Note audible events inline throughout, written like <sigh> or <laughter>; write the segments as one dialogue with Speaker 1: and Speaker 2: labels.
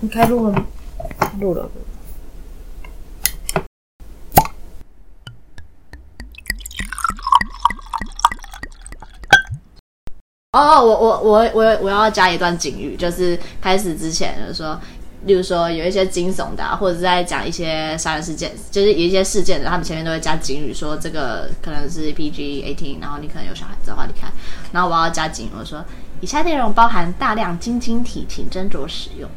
Speaker 1: 你开录了吗？
Speaker 2: 录了。
Speaker 1: 哦，我我我我我要加一段警语，就是开始之前就是说，例如说有一些惊悚的、啊，或者是在讲一些杀人事件，就是有一些事件的，他们前面都会加警语，说这个可能是 PG eighteen，然后你可能有小孩子的话，你看，然后我要加警语，我说以下内容包含大量晶晶体，请斟酌使用，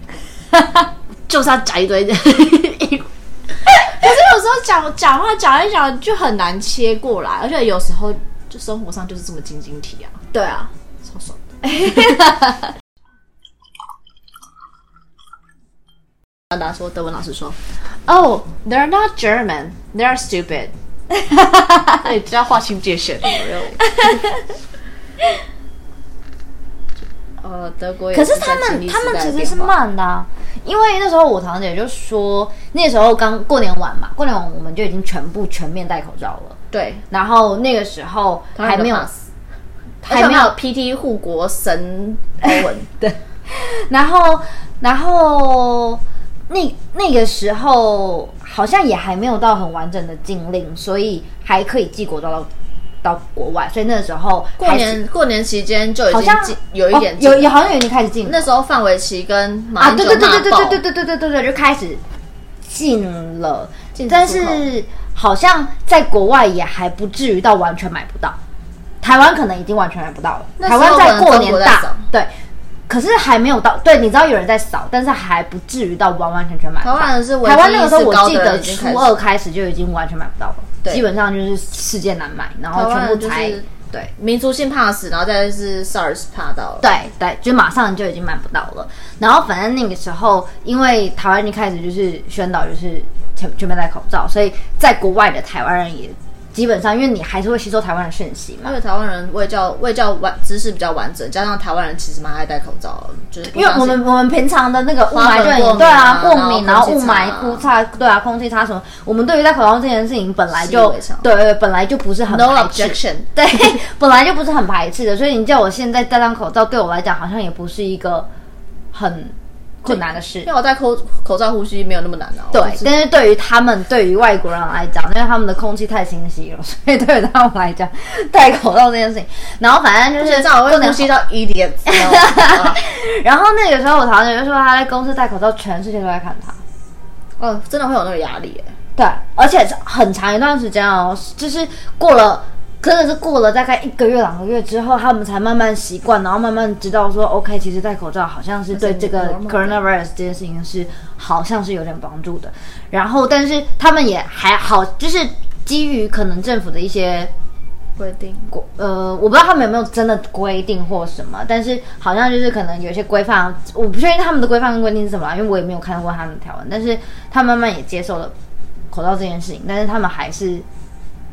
Speaker 1: 就是要讲一堆的。
Speaker 2: 可是有时候讲讲话讲一讲就很难切过来，而且有时候就生活上就是这么晶晶体啊，
Speaker 1: 对啊，
Speaker 2: 超 <laughs> 爽的。
Speaker 1: 德文老师说，德文老师说，Oh,
Speaker 2: 哦
Speaker 1: they're not German, they're
Speaker 2: <laughs>
Speaker 1: stupid 那
Speaker 2: 哎
Speaker 1: 你知道划清界限了没有？呃，德国也
Speaker 2: 可是
Speaker 1: 在
Speaker 2: 他
Speaker 1: 经
Speaker 2: 们
Speaker 1: 历
Speaker 2: 他们
Speaker 1: 时代
Speaker 2: 其
Speaker 1: 的
Speaker 2: 实是
Speaker 1: 变化
Speaker 2: 慢的、啊，因为那时候我堂姐就说，那时候刚过年晚嘛，过年晚我们就已经全部全面戴口罩了，
Speaker 1: 对，
Speaker 2: 然后那个时候
Speaker 1: 他们
Speaker 2: 还没有
Speaker 1: 的 mask
Speaker 2: 还
Speaker 1: 还
Speaker 2: 没
Speaker 1: 没
Speaker 2: 有
Speaker 1: 有 PT 护国神欧文，
Speaker 2: 对，然后然后那那个时候好像也还没有到很完整的禁令，所以还可以寄国到到到国外，所以那时候
Speaker 1: 过
Speaker 2: 还是
Speaker 1: 年过年期间就
Speaker 2: 好
Speaker 1: 已
Speaker 2: 像
Speaker 1: 经进有一点
Speaker 2: 哦
Speaker 1: 进、
Speaker 2: 有有好像有一点开始禁
Speaker 1: 那时候范玮琪跟马
Speaker 2: 啊，
Speaker 1: 英
Speaker 2: 对
Speaker 1: 九
Speaker 2: 对对
Speaker 1: 骂
Speaker 2: 对对
Speaker 1: 爆
Speaker 2: 对对对对对对，就开始禁了，
Speaker 1: 禁止
Speaker 2: 但
Speaker 1: 出口
Speaker 2: 是好像在国外也还不至于到完全买不到，台湾可能已经完全买不到了，
Speaker 1: 那时
Speaker 2: 台
Speaker 1: 候
Speaker 2: 湾
Speaker 1: 可
Speaker 2: 在
Speaker 1: 能
Speaker 2: 过
Speaker 1: 中
Speaker 2: 年
Speaker 1: 国在扫
Speaker 2: 大对。可是还没有到，对，你知道有人在扫，但是还不至于到完完全全买不到。
Speaker 1: 台湾人是
Speaker 2: 台湾那个时候，
Speaker 1: 危机意识
Speaker 2: 我
Speaker 1: 高
Speaker 2: 记
Speaker 1: 的
Speaker 2: 得
Speaker 1: 人已经
Speaker 2: 初
Speaker 1: 开始
Speaker 2: 二开始就已经完全买不到了，
Speaker 1: 对
Speaker 2: 基本上就是世界难买，然后
Speaker 1: 台湾
Speaker 2: 全部
Speaker 1: 人就
Speaker 2: 才、
Speaker 1: 是
Speaker 2: 对。
Speaker 1: 民族性怕死，然后再是 SARS 怕到了，
Speaker 2: 对对，就马上就已经买不到了。然后反正那个时候，因为台湾一开始就是宣导就是全全面戴口罩，所以在国外的台湾人也基本上，因为你还是会吸收台湾的讯息嘛
Speaker 1: 因。为台湾人卫教卫教完知识比较完整，加上台湾人其实蛮爱戴口罩，就是不
Speaker 2: 因为
Speaker 1: 相信
Speaker 2: 我们我们平常的那个雾
Speaker 1: 花
Speaker 2: 霾
Speaker 1: 粉
Speaker 2: 就已
Speaker 1: 过
Speaker 2: 经
Speaker 1: 敏
Speaker 2: 对
Speaker 1: 啊
Speaker 2: 啊过
Speaker 1: 然后
Speaker 2: 敏，
Speaker 1: 空
Speaker 2: 然后
Speaker 1: 气
Speaker 2: 雾
Speaker 1: 差
Speaker 2: 霾、
Speaker 1: 啊
Speaker 2: 污差，对啊空气差什么，我们对于戴口罩这件事情本来就
Speaker 1: 习以为常
Speaker 2: 对对本来就不是很
Speaker 1: no
Speaker 2: 排斥
Speaker 1: objection，
Speaker 2: <laughs> 对，本来就不是很排斥的，所以你叫我现在戴上口罩，对我来讲好像也不是一个很困难的事
Speaker 1: 因。为我戴口口罩呼吸没有那么难啊。
Speaker 2: 对
Speaker 1: 我就是，
Speaker 2: 但是对于他们，对于外国人来讲，因为他们的空气太清晰了， <laughs> 所以对于他们来讲，戴口罩这件事情，然后反正就
Speaker 1: 就是这样我
Speaker 2: 不
Speaker 1: 会
Speaker 2: 能
Speaker 1: 呼吸到一点。你知道吗 <laughs>
Speaker 2: 然后那个时候，我堂姐就说她在公司戴口罩，全世界都在看她。
Speaker 1: 哦，真的会有那个压力耶。
Speaker 2: 对，而且是很长一段时间哦，就是过了，真的是过了大概一个月、两个月之后，他们才慢慢习惯，然后慢慢知道说，OK，其实戴口罩好像是对这个 coronavirus 这件事情是好像是有点帮助的。然后，但是他们也还好，就是基于可能政府的一些
Speaker 1: 规定
Speaker 2: 国呃，我不知道他们有没有真的规定或什么，但是好像就是可能有一些规范，我不确定他们的规范跟规定是什么啦，因为我也没有看过他们的条文，但是他慢慢也接受了口罩这件事情，但是他们还是，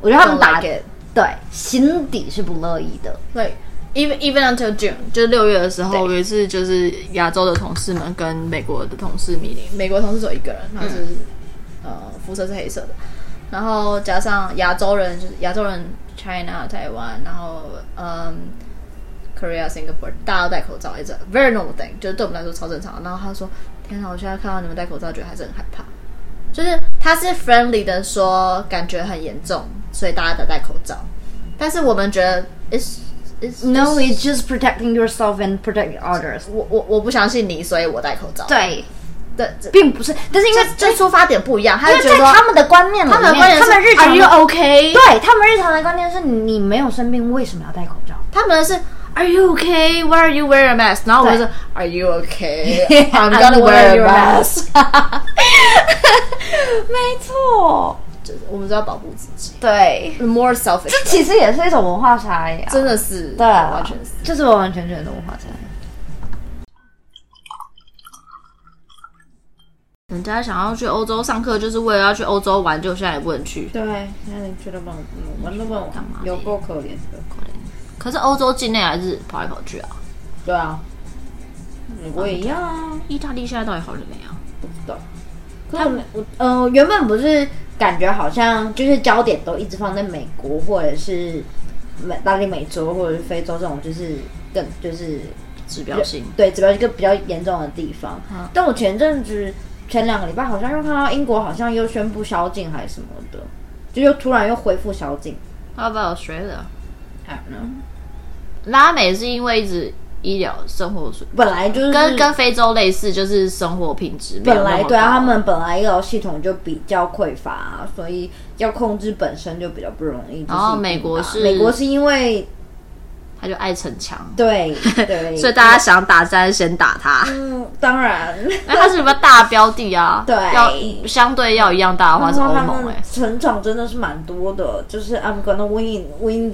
Speaker 2: 我觉得他们打
Speaker 1: Don't like it
Speaker 2: 对心底是不乐意的，
Speaker 1: 对。Even even until June，就是六月的时候，有一次就是亚洲的同事们跟美国的同事 meeting，美国同事只有一个人，他是、呃肤色是黑色的，然后加上亚洲人，就是亚洲人 China 台湾，然后嗯 Korea Singapore，大家都戴口罩，一直 very normal thing，就是对我们来说超正常的。然后他说：“天哪，我现在看到你们戴口罩，觉得还是很害怕。”就是他是 friendly 的说，感觉很严重，所以大家得戴口罩。但是我们觉得 it's it's
Speaker 2: ，No, it's just protecting yourself and protecting others。
Speaker 1: 我我我不相信你，所以我戴口罩。
Speaker 2: 对，
Speaker 1: 对，这
Speaker 2: 并不是，但是因为
Speaker 1: 这出发点不一样，他
Speaker 2: 因为
Speaker 1: 就觉
Speaker 2: 在
Speaker 1: 得说
Speaker 2: 他们的观念里面，
Speaker 1: 他们的观点是
Speaker 2: 他们日常的
Speaker 1: Are you OK？
Speaker 2: 对他们日常的观念是你没有生病，为什么要戴口罩？
Speaker 1: 他们是 Are you okay? Why are you wearing a mask？然后我就是 Are you <laughs> okay? I'm gonna wear a mask。
Speaker 2: 没错，
Speaker 1: <laughs> 就是我们都要保护自己
Speaker 2: 对，
Speaker 1: ，more selfish， <laughs>
Speaker 2: 这其实也是一种文化差异啊，
Speaker 1: 真的是
Speaker 2: 对啊，
Speaker 1: 完全是。
Speaker 2: 就是完完全全的文化差异。
Speaker 1: 人家想要去欧洲上课，就是为了要去欧洲玩，就现在也不能去。
Speaker 3: 对，那你去了吧，我们那么
Speaker 1: 干嘛
Speaker 3: 有够可怜的。
Speaker 1: 可是欧洲境内还是跑来跑去啊。
Speaker 3: 对啊，美国也一样啊，
Speaker 1: 意大利现在到底好了没啊
Speaker 3: 不
Speaker 1: 有？
Speaker 3: 知道。可是我们我
Speaker 2: 呃，原本不是感觉好像就是焦点都一直放在美国或者是美拉丁美洲或者是非洲这种，就是更就是
Speaker 1: 指标性。
Speaker 2: 对，只不过一个比较严重的地方。
Speaker 1: 嗯
Speaker 2: 但我前阵子前两个礼拜好像又看到英国好像又宣布宵禁还是什么的，就又突然又恢复宵禁。
Speaker 1: How about Australia？
Speaker 2: I don't
Speaker 1: 嗯
Speaker 2: know
Speaker 1: 拉美是因为一直医疗生活水
Speaker 2: 本来就是
Speaker 1: 跟跟非洲类似，就是生活品质没
Speaker 2: 嗯本
Speaker 1: 有那么
Speaker 2: 来
Speaker 1: 高
Speaker 2: 对啊，他们本来医疗系统就比较匮乏、啊所以要控制本身就比较不容易。
Speaker 1: 然后
Speaker 2: 这一
Speaker 1: 哦美
Speaker 2: 定
Speaker 1: 国
Speaker 2: 吧
Speaker 1: 是
Speaker 2: 美国是因为
Speaker 1: 他就爱逞强， <laughs>
Speaker 2: 对对，
Speaker 1: 所以大家想打战先打他，
Speaker 2: 嗯，当然，
Speaker 1: 因为他是什么大标的啊？
Speaker 2: 对
Speaker 1: 要相对要一样大的话
Speaker 2: 然
Speaker 1: 是欧
Speaker 2: 后他
Speaker 1: 盟
Speaker 2: 们
Speaker 1: 哎、
Speaker 2: 成长真的是蛮多的，就是 I'm gonna win win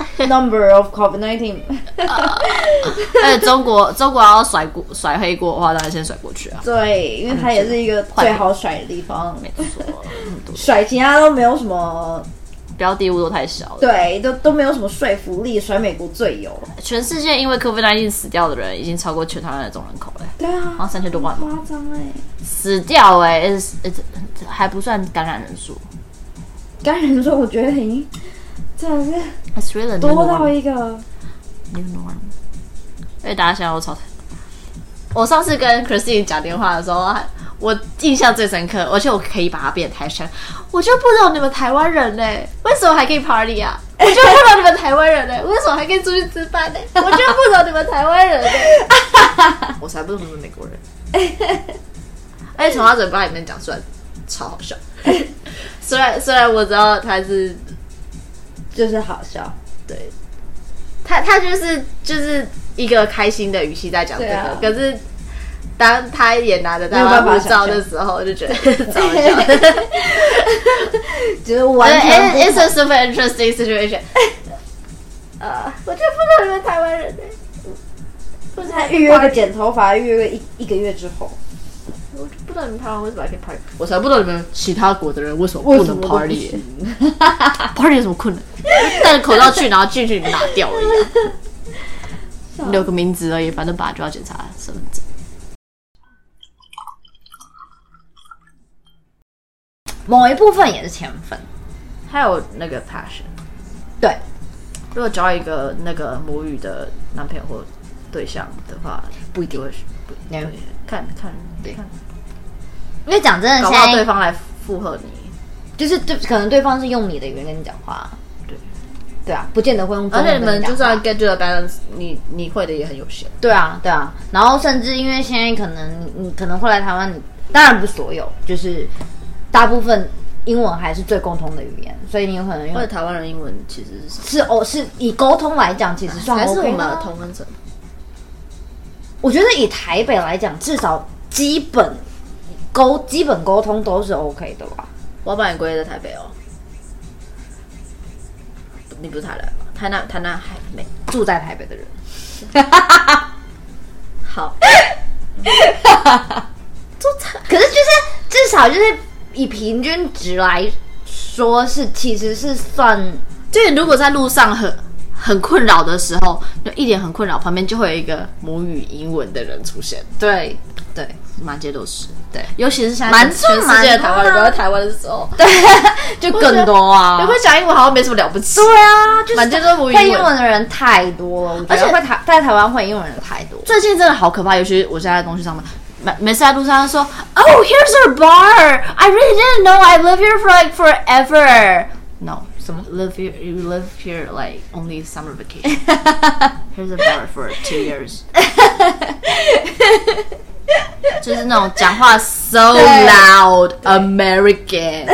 Speaker 1: <laughs>
Speaker 2: the number of COVID nineteen， <laughs>
Speaker 1: 而且中国 <laughs> 中国要甩锅甩黑锅的话，当然先甩过去啊，
Speaker 2: 对，因为它也是一个最好甩的地方，
Speaker 1: <laughs> 没错，很多
Speaker 2: 甩其他都没有什么，
Speaker 1: 标的物都太小了。
Speaker 2: 对，都都没有什么说服力，甩美国最有，
Speaker 1: 全世界因为 COVID-19 死掉的人已经超过全台湾的总人口了、哎
Speaker 2: 对啊，
Speaker 1: 好像三千多万吧
Speaker 2: 很夸张哎，
Speaker 1: 死掉哎、欸呃这还不算感染人数。
Speaker 2: 刚才你说我觉得已经真的是
Speaker 1: It's really
Speaker 2: 多
Speaker 1: number
Speaker 2: 到
Speaker 1: one,
Speaker 2: 一个，
Speaker 1: number one. 因哎为大家想要我吵。我上次跟 Christine 讲电话的时候，我印象最深刻，而且我可以把它变得台山。我就不懂你们台湾人呢、为什么还可以 party 啊？我就不懂你们台湾人呢、为什么还可以出去吃饭呢、我就不懂你们台湾人呢、 <laughs> 我才不懂你们美国人。 <laughs> 而哎且从他嘴巴里面讲出来，超好笑。 <laughs> 虽然虽然我知道他是
Speaker 2: 就是好笑，
Speaker 1: 对，他他就是就是一个开心的语气在讲这个，
Speaker 2: 对啊
Speaker 1: 可是当他也拿着
Speaker 2: 没有
Speaker 1: 大
Speaker 2: 办
Speaker 1: 陆
Speaker 2: 法
Speaker 1: 护
Speaker 2: 想
Speaker 1: 照
Speaker 2: 象
Speaker 1: 的时候，我就觉得
Speaker 2: <laughs>
Speaker 1: 超好笑的。哎
Speaker 2: 就是完全
Speaker 1: It-
Speaker 2: 不
Speaker 1: It's a super
Speaker 2: <laughs>
Speaker 1: interesting situation 呃，我就不知道你们台湾人呢、不是还
Speaker 2: 预约个剪头发，预约个一一个月之后，
Speaker 1: 我就不知道你们台湾为什么还可以 party，我才不懂你们其他国的人为什么
Speaker 2: 为
Speaker 1: 不
Speaker 2: 什
Speaker 1: 能
Speaker 2: 么都不
Speaker 1: party
Speaker 2: <laughs>
Speaker 1: 啊
Speaker 2: 行？
Speaker 1: party 有什么困难？戴着口罩去，然后进去拿掉而已啊、
Speaker 2: <laughs>
Speaker 1: 留个名字而已，反正本来就要检查身份证。
Speaker 2: 某一部分也是天分，
Speaker 1: 还有那个 passion，
Speaker 2: 对，
Speaker 1: 如果交一个那个母语的男朋友或对象的话，
Speaker 2: 不一定
Speaker 1: 就会不
Speaker 2: 对
Speaker 1: 对看看对看，
Speaker 2: 因为讲真的，
Speaker 1: 搞
Speaker 2: 现
Speaker 1: 不好对
Speaker 2: 在
Speaker 1: 方来附和你。
Speaker 2: 就是对，可能对方是用你的语言跟你讲话，
Speaker 1: 对，
Speaker 2: 对啊，不见得会用中
Speaker 1: 而
Speaker 2: 文
Speaker 1: 且
Speaker 2: 跟
Speaker 1: 你
Speaker 2: 讲话。
Speaker 1: 们就算 get to the balance，你你会的也很有限。
Speaker 2: 对啊，对啊，然后甚至因为现在可能你你可能会来台湾，你当然不是所有，就是大部分英文还是最共通的语言，所以你有可能
Speaker 1: 或者
Speaker 2: 用
Speaker 1: 台湾人英文其实是什么
Speaker 2: 是哦，是以沟通来讲，其实算
Speaker 1: 还
Speaker 2: OK
Speaker 1: 是我们
Speaker 2: 啦
Speaker 1: 的同温层？
Speaker 2: 我觉得以台北来讲，至少基本沟基本沟通都是 OK 的吧。
Speaker 1: 我把你归类在台北哦。你不是台南吗？台南台南还没
Speaker 2: 住在台北的人，
Speaker 1: 好，
Speaker 2: 可是就是至少就是以平均值来说是，其实是算
Speaker 1: 就是如果在路上很很困扰的时候，就一脸很困扰，旁边就会有一个母语英文的人出现，
Speaker 2: 对对
Speaker 1: 满街都是。
Speaker 2: 对，
Speaker 1: 尤其是现在
Speaker 2: 蛮
Speaker 1: 全全世界的台湾人
Speaker 2: 蛮多
Speaker 1: 都
Speaker 2: 啊
Speaker 1: 在台湾的时候， <laughs>
Speaker 2: 就更多啊。
Speaker 1: 你会讲英文好像没什么了不起。
Speaker 2: 对啊，就是
Speaker 1: 满街都母语英文
Speaker 2: 会英文的人太多了，我觉得
Speaker 1: 而且
Speaker 2: 会台在台湾会英文的人太多。
Speaker 1: 最近真的好可怕，尤其是我现在在东区上班。每每次在路上他说，Oh, here's a bar. I really didn't know I live here for like forever. No，什么 live here? You live here like only summer <laughs> vacation. Here's a bar for two <laughs> years. 就是那种讲话 so
Speaker 2: 对
Speaker 1: loud American，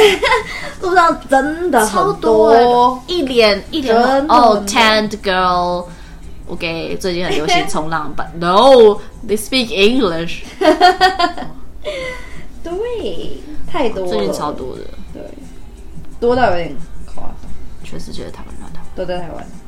Speaker 2: 路上真的
Speaker 1: 超
Speaker 2: 很
Speaker 1: 多一脸一脸
Speaker 2: 真的
Speaker 1: 哦
Speaker 2: 很多
Speaker 1: tanned girl。OK，最近很流行冲浪板。No，they speak English。
Speaker 2: 对，太多了，
Speaker 1: 最近超多的，
Speaker 2: 对，多到有点夸张，
Speaker 1: 全世界的台湾人都在台湾。
Speaker 2: 都在台湾。